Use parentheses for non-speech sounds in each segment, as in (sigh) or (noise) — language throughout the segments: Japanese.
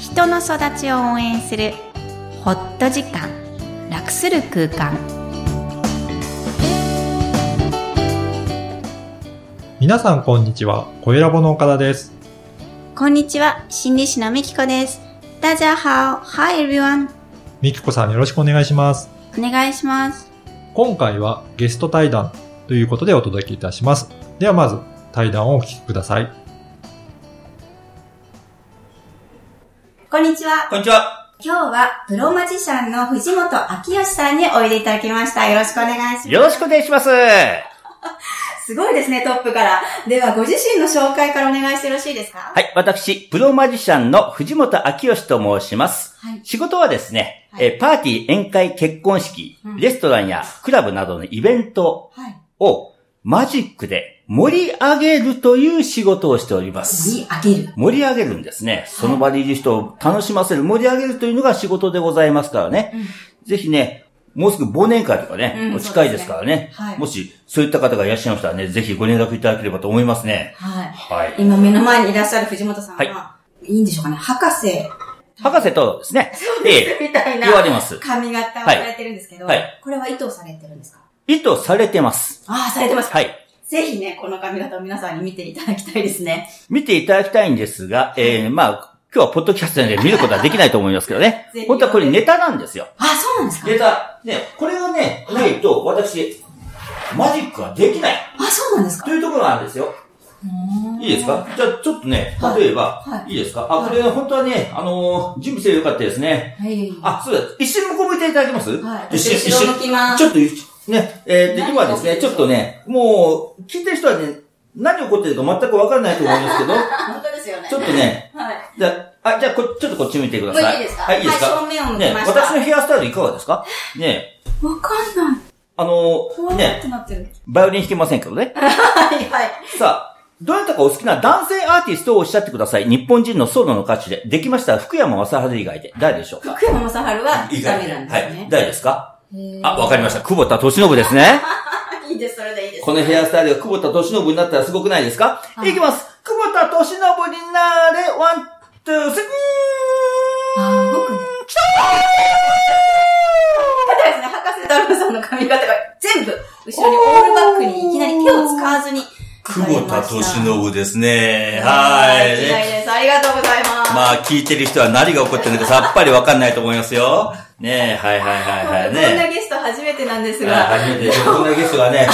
人の育ちを応援するホット時間楽する空間皆さんこんにちは。声ラボの岡田です。こんにちは心理師のみきこです大家好 Hi everyone みきこさんよろしくお願いします。お願いします今回はゲスト対談ということでお届けいたします。ではまず対談をお聞きください。こんにちはこんにちは。今日はプロマジシャンの藤本明義さんにおいでいただきましたよろしくお願いしますよろしくお願いします。はすごいですねトップからではご自身の紹介からお願いしてよろしいですかい、私、プロマジシャンの藤本明義と申します。はい仕事はですね、はいえーパーティー、宴会、結婚式うん、レストランやクラブなどのイベントはいをマジックで盛り上げるという仕事をしております。にあげる盛り上げるんですね。その場にいる人を楽しませる、盛り上げるというのが仕事でございますからね。うんぜひね、もうすぐ忘年会とかね、うんもう近いですからね。そうですねはいもし、そういった方がいらっしゃいましたらね、ぜひご連絡いただければと思いますね。はいはい。今目の前にいらっしゃる藤本さんは、はいい、いんでしょうかね博士博士とですね、ええ、みたいな言われます。髪型をされてるんですけど、はいはいこれは意図されてるんですか意図されてます。ああ、されてますか、はい。ぜひね、この髪型を皆さんに見ていただきたいですね。見ていただきたいんですが、えー、まあ、今日はポッドキャストで見ることはできないと思いますけどね (laughs) ぜひ。本当はこれネタなんですよ。ああ、そうなんですかネタ。ね、これがね、ないと、私、マジックができない。あ、そうなんですかというところなんですよ。いいですかじゃあ、ちょっとね、例えば、はいはいい、いですかあ、これ本当はね、あのー準備すればよかったですね。はい。あ、そうだ。一瞬向こう向いていただけますはい。一瞬、私一後瞬ろ。向きます。ちょっと、ね、えー、で、何今ですが起きてるね、ちょっとね、もう、聞いてる人はね、何起こってるか全くわからないと思いますけど、本当ですよね。ちょっとね、はい。じゃあ、あじゃあこ、ちょっとこっち向いてくだもうさい。いいですかはい、いいですか、はい正面を向きねま、した私のヘアスタイルいかがですかね、わかんない。あのふわ、ーっね、てなってる。バイオリン弾けませんけどね。はい、はい。さあ、どなたかお好きな男性アーティストをおっしゃってください。日本人のソロの歌手で。できましたら福山雅治以外で。誰でしょうか福山雅治は以ダ外メで。なんですはねい。。誰ですかへーあ、わかりました。久保田敏信ですね。あいいです、それでいいです。 (laughs) このヘアスタイルが久保田敏信になったらすごくないですか、はいい、きます久保田敏信になれワン、ツー、スリーあー、僕ね。来ただですたね、博士太郎さんの髪型が全部、後ろにオールバックにいきなり手を使わずに。信ですねはい。いきなりです。ありがとうございます。まあ、聞いてる人は何が起こってるのかさっぱりわかんないと思いますよ。ねえ、はいはいはいはいこんなね。ゲスト初めてなんですあが、初めて、こんなゲストがね、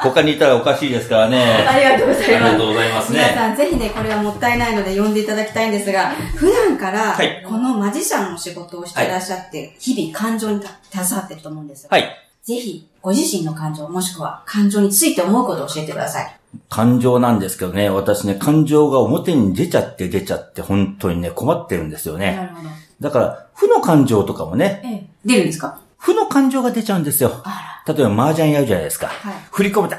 他にいたらおかしいですからね。ありがとうございますありがとうございます皆ね。さんぜひね、これはもったいないので呼んでいただきたいんですが、普段からはい、このマジシャンの仕事をしていらっしゃって、日々感情に携わってると思うんですよ。はい。ぜひ、ご自身の感情、もしくは感情について思うことを教えてください。感情なんですけどね、私ね、感情が表に出ちゃって出ちゃって、本当にね、困ってるんですよね。るほど。だから、負の感情とかもね、ええ。出るんですか負の感情が出ちゃうんですよ。あ例えば、麻雀やるじゃないですか。はい振り込むと、あ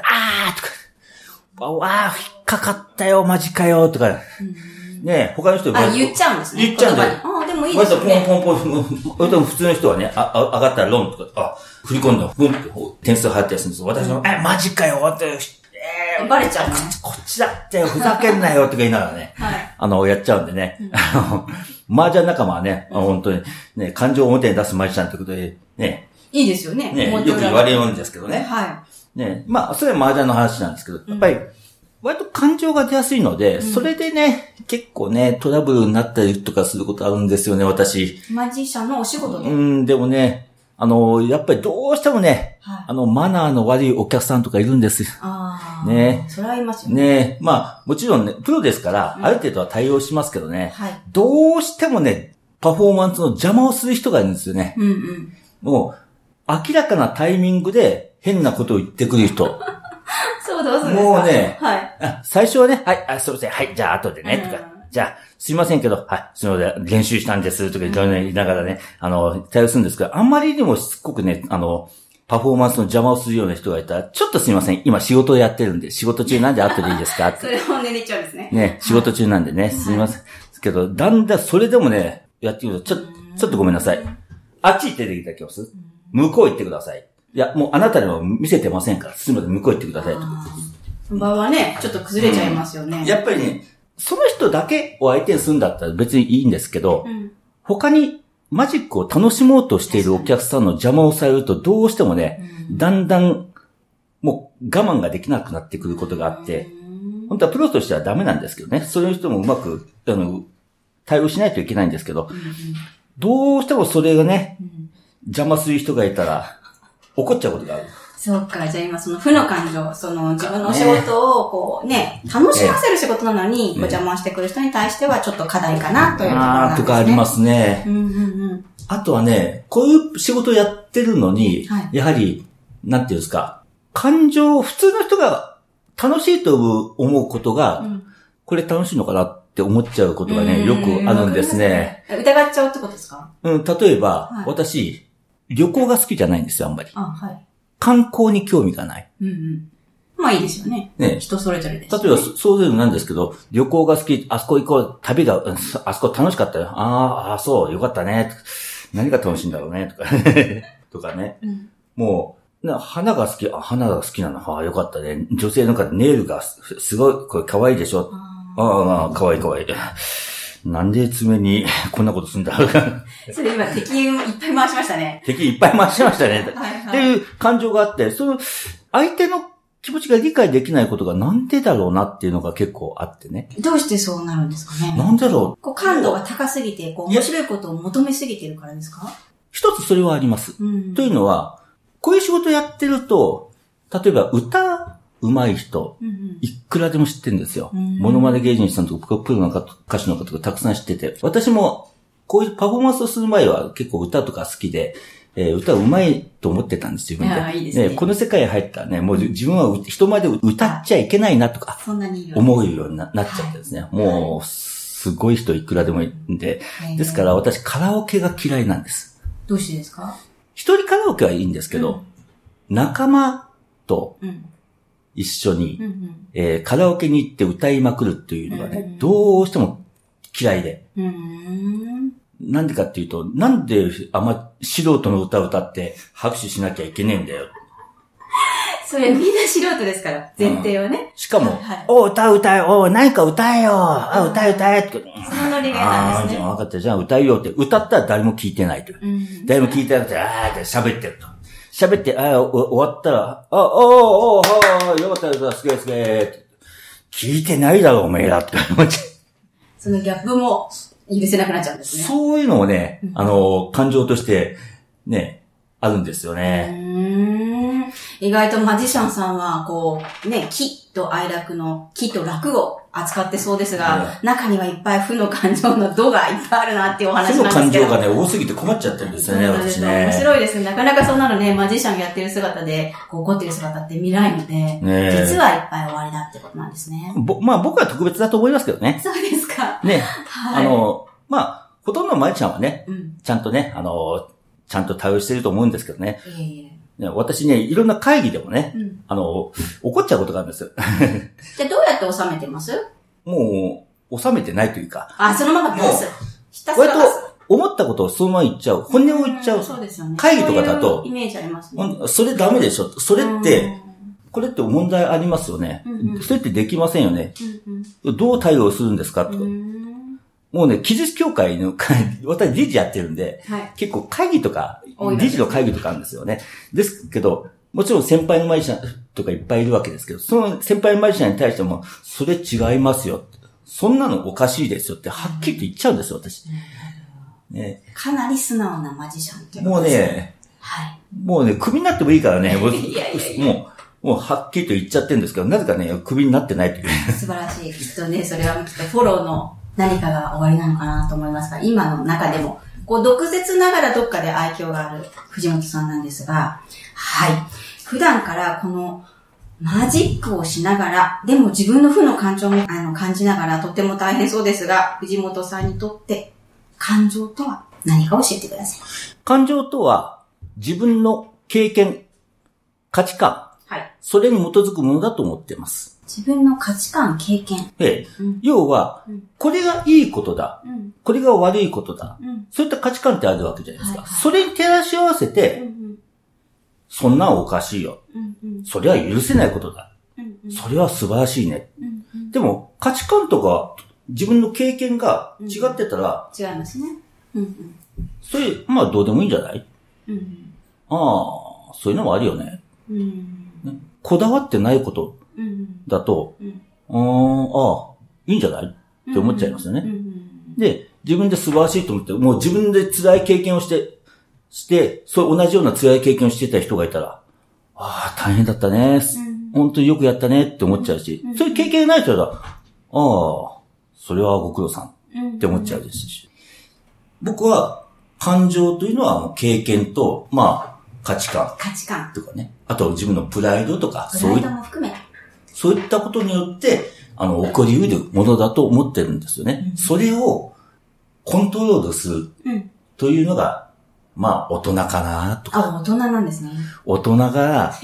ーとか、わわー、引っかかったよ、マジかよ、とか。ら。うんね他の人あ、言っちゃうんですね。言っちゃうんだよ言葉にあ、でもいいまですずよね。ポンポンポンポン、でも普通の人はね、あ、あ上がったらロンとか、あ、振り込んだ、ブンってこう点数入ったりするんですよ。私の、え、マジかよ、って、えーバレちゃうねこっちだってよ、ふざけんなよ、とか言いながらね。はい。あの、やっちゃうんでね。あの、麻雀仲間はね、あの本当に、ね、感情を表に出す麻雀ってことで、ね、いいですよね。ね、よ表く裏言われるんですけどね。はね、まあ、それは麻雀の話なんですけど、やっぱり、割と感情が出やすいので、それでね、結構ね、トラブルになったりとかすることあるんですよね、私。い。マジシャンのお仕事で。うん、でもね、あの、やっぱりどうしてもね、はいあの、マナーの悪いお客さんとかいるんですよ。ああ。ねそれはいますよね。ねまあ、もちろんね、プロですから、ある程度は対応しますけどね、はい。どうしてもね、パフォーマンスの邪魔をする人がいるんですよね。うんうん。もう、明らかなタイミングで変なことを言ってくる人。そうどうするんですかもうねはい。あ最初はね、はい、あ、すいません、はい、じゃあ後でね、とうかん。じゃあ、すいませんけど、はい、すいません、練習したんです、とかいろいろ言いながらね、あの、対応するんですけど、あんまりにもしつこくね、あの、パフォーマンスの邪魔をするような人がいたら、ちょっとすいません、今仕事をやってるんで、仕事中なんで後でいいですかっそて。れ本音で言っちゃうんですね。ね、仕事中なんでね、すいません。ですけど、だんだんそれでもね、やってくると、ちょ、ちょっとごめんなさい。あっち行っていただけます向こう行ってください。いや、もうあなたには見せてませんから、すいません、向こう行ってくださいとか。あー場はね、ちょっと崩れちゃいますよね。やっぱりね、その人だけを相手にするんだったら別にいいんですけど、うん。他にマジックを楽しもうとしているお客さんの邪魔をされると、どうしてもね、だんだん、もう我慢ができなくなってくることがあって、本当はプロとしてはダメなんですけどね、そういう人もうまく、あの、対応しないといけないんですけど、どうしてもそれがね、邪魔する人がいたら、怒っちゃうことがある。そうか、じゃあ今その負の感情、その自分の仕事をこうね、楽しませる仕事なのに、こうね邪魔をしてくる人に対してはちょっと課題かなというところあなんあ、ですね。とかありますね。うんうんうん。あとはね、こういう仕事をやってるのに、はいやはり、なんていうんですか、感情を普通の人が楽しいと思うことが、うんこれ楽しいのかなって思っちゃうことがうね、んよくあるんですね。疑っちゃうってことですかうん、例えば、はい私、旅行が好きじゃないんですよ、あんまり。あ、はい。観光に興味がない。うんうん。まあいいですよね。ね。人それぞれです、例えば、そそういうのなんですけど、旅行が好き、あそこ行こう、旅が、うんそあそこ楽しかったよ。あーあー、そう、よかったね。何が楽しいんだろうね、とか。 (laughs) とかね。うんもう、な花が好き、あ、花が好きなの、ああ、よかったね。女性の方、ネイルがすすごい、これ可愛いでしょ。あああああ、可愛い可愛い。なんで爪に (laughs) こんなことすんだろう (laughs) か。ーそれ今敵いっぱい回しましたね。敵いっぱい回しましたね。はいっはてい。いう感情があって、その、相手の気持ちが理解できないことがなんでだろうなっていうのが結構あってね。どうしてそうなるんですかね。なんでだろう。こう感度が高すぎて、こう面白いことを求めすぎてるからですか一つそれはあります。うんというのは、こういう仕事やってると、例えば歌上手い人、うんうんいくらでも知ってるんですよ。うんモノマネ芸人さんとか、プロの方歌手の方とかたくさん知ってて、私もこういうパフォーマンスをする前は結構歌とか好きで、えー歌うまいと思ってたんです、自分いやで。いいですねこの世界入ったらね、もう自分はう人前で歌っちゃいけないなとか、そんなにいる思うようにななっちゃってですね。もう、すごい人いくらでもいるんで。はいですから私カラオケが嫌いなんです。どうしてですか一人カラオケはいいんですけど、仲間とうん。一緒にうんうん。えーカラオケに行って歌いまくるっていうのがね、うんどうしても嫌いで。うーん。なんでかっていうと、なんであんま素人の歌を歌って拍手しなきゃいけねえんだよ。それみんな素人ですから、前提はね。しかも、はいおう歌う歌え、おう何か歌えよ、あ、歌え歌えって。そのノリがあなあんー、でじすゃね。あ分かった、じゃあ歌えよって。歌ったら誰も聞いてないという。うん。誰も聞いてなくて、あーって喋ってると。喋って、あーお終わったら、あ、おーおーおーよかったよかった、すげえすげえって。聞いてないだろ、おめえらって思っちゃうそのギャップも許せなくなっちゃうんですね。そういうのもねうん、あの、感情として、ね、あるんですようね。ーん意外とマジシャンさんは、こう、ね、喜と哀楽の喜と楽を扱ってそうですが、中にはいっぱい負の感情の度がいっぱいあるなっていうお話負なんのですけど。感情がね、多すぎて困っちゃってるんですよね、そうなんで私すよ面ね。白いですね。なかなかそんなのね、マジシャンがやってる姿で、こう怒ってる姿って見ないので、ねえ実はいっぱい終わりだってことなんですね。ぼまあ僕は特別だと思いますけどね。そうですか。ね、はあい。の、まあ、ほとんどのまゆちゃんはね、うん。ちゃんとね、あの、ちゃんと対応してると思うんですけどね。いえいね私ね、いろんな会議でもねえ。、うん。あの、怒っちゃうことがあるんですよ。じゃあどうやって収めてますもう、収めてないというか、あ、そのまま出す。ひたす割らと出す。思ったことをそのまま言っちゃう。本音を言っちゃう。そうですよね。会議とかだとそういうイメージありますね。うんそれダメでしょ。それって、これって問題ありますよね。うんうんそれってできませんよね。うん、うんどう対応するんですかうとか。ん。もうね、技術協会の会、私理事やってるんで、はい。結構会議とか多い、ですね理事の会議とかあるんですよね。ですけど、もちろん先輩のマジシャンとかいっぱいいるわけですけど、その先輩のマジシャンに対しても、それ違いますよ。そんなのおかしいですよって、はっきりと言っちゃうんですよ、私。ね、かなり素直なマジシャンっていうこもとうです。ね、はい。もうね、クビになってもいいからね、もう、 (laughs) いやいやいやもう、もうはっきりと言っちゃってるんですけど、なぜかね、クビになってないという。素晴らしい。きっとね、それはきっとフォローの何かが終わりなのかなと思いますが、今の中でも、こう、毒舌ながらどっかで愛嬌がある藤本さんなんですが、はい。普段からこのマジックをしながら、でも自分の負の感情もあの感じながらとても大変そうですが、藤本さんにとって感情とは何か教えてください。感情とは自分の経験、価値観、はい。それに基づくものだと思っています。自分の価値観、経験。ええうん要はうん、これがいいことだ、うん。これが悪いことだ、うん。そういった価値観ってあるわけじゃないですか。はいはいそれに照らし合わせうて、ん。そんなんおかしいよ。うん。うん。それは許せないことだ。うん。それは素晴らしいね。うん。でも、価値観とか自分の経験が違ってたら、違いますね。うんそれ、まあどうでもいいんじゃないうん。うんああ、そういうのもあるよね。うん。うんねこだわってないことうん。だと、うんうーん、ああ、いいんじゃないって思っちゃいますよねうんうんで、自分で素晴らしいと思って、もう自分で辛い経験をして、して、そう同じような辛い経験をしてた人がいたら、ああ、大変だったね。うん本当によくやったねって思っちゃうしうん、そういう経験がない人だったら、ああ、それはご苦労さんっうんて思っちゃうですし。僕は、感情というのはもう経験と、まあ、価値観価値観。とかね。あと自分のプライドとか、プそうラいイっドも含め。そういったことによって、あの、起こり得るものだと思ってるんですよねう。んそれをコントロールするうん。というのが、まあ、大人かなとか、あ、大人なんですね。大人が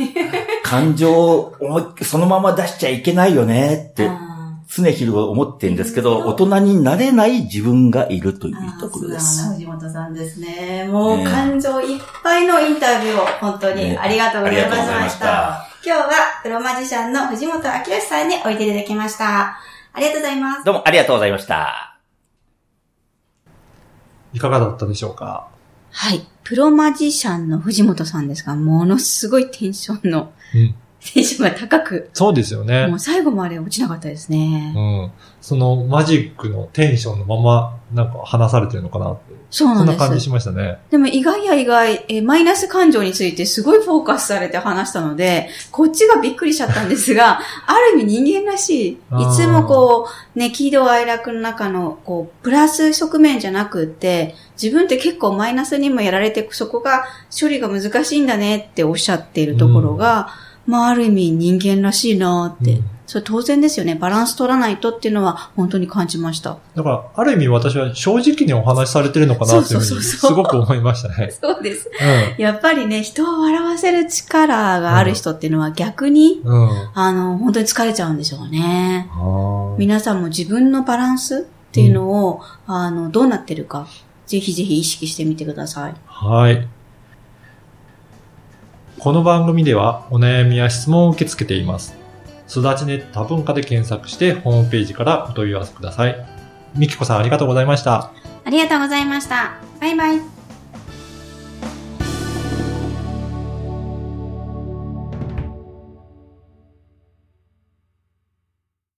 感情を思いそのまま出しちゃいけないよねって、あ常日頃思ってるんですけど、うん大人になれない自分がいるといーあうー、ところで素す。直な藤本さんですね。もねう感情いっぱいのインタビューを本当にねありがとうございまありがとうございまし。したた。今日はプロマジシャンの藤本明義さんにおいでいただきました。ありがとうございます。どうもありがとうございました。いかがだったでしょうかはい。プロマジシャンの藤本さんですが、ものすごいテンションの、うんテンションが高く、そうですよねも。う最後まで落ちなかったですね。うん。そのマジックのテンションのまま、なんか話されてるのかなって。そうそんななん感でじす。しましたね。でも意外や意外、えーマイナス感情についてすごいフォーカスされて話したので、こっちがびっくりしちゃったんですが、 (laughs) ある意味人間らしい。いあーつもこう、ね、喜怒哀楽の中の、こう、プラス側面じゃなくって、自分って結構マイナスにもやられて、そこが処理が難しいんだねっておっしゃっているところが、まあある意味人間らしいなって。うんそれ当然ですよね。バランス取らないとっていうのは本当に感じました。だから、ある意味私は正直にお話しされてるのかなっていうふうそうそうに、そうそうすごく思いましたね。そうです。やっぱりね、人を笑わせる力がある人っていうのは逆に、うん。 (laughs) うん。ああの、本当に疲れちゃうんでしょうね。ー皆さんも自分のバランスっていうのを、あの、どうなってるか、ぜひぜひ意識してみてください。はい。この番組ではお悩みや質問を受け付けています。すだちね多文化で検索してホームページからお問い合わせください。みきこさんありがとうございました。ありがとうございました。バイバイ。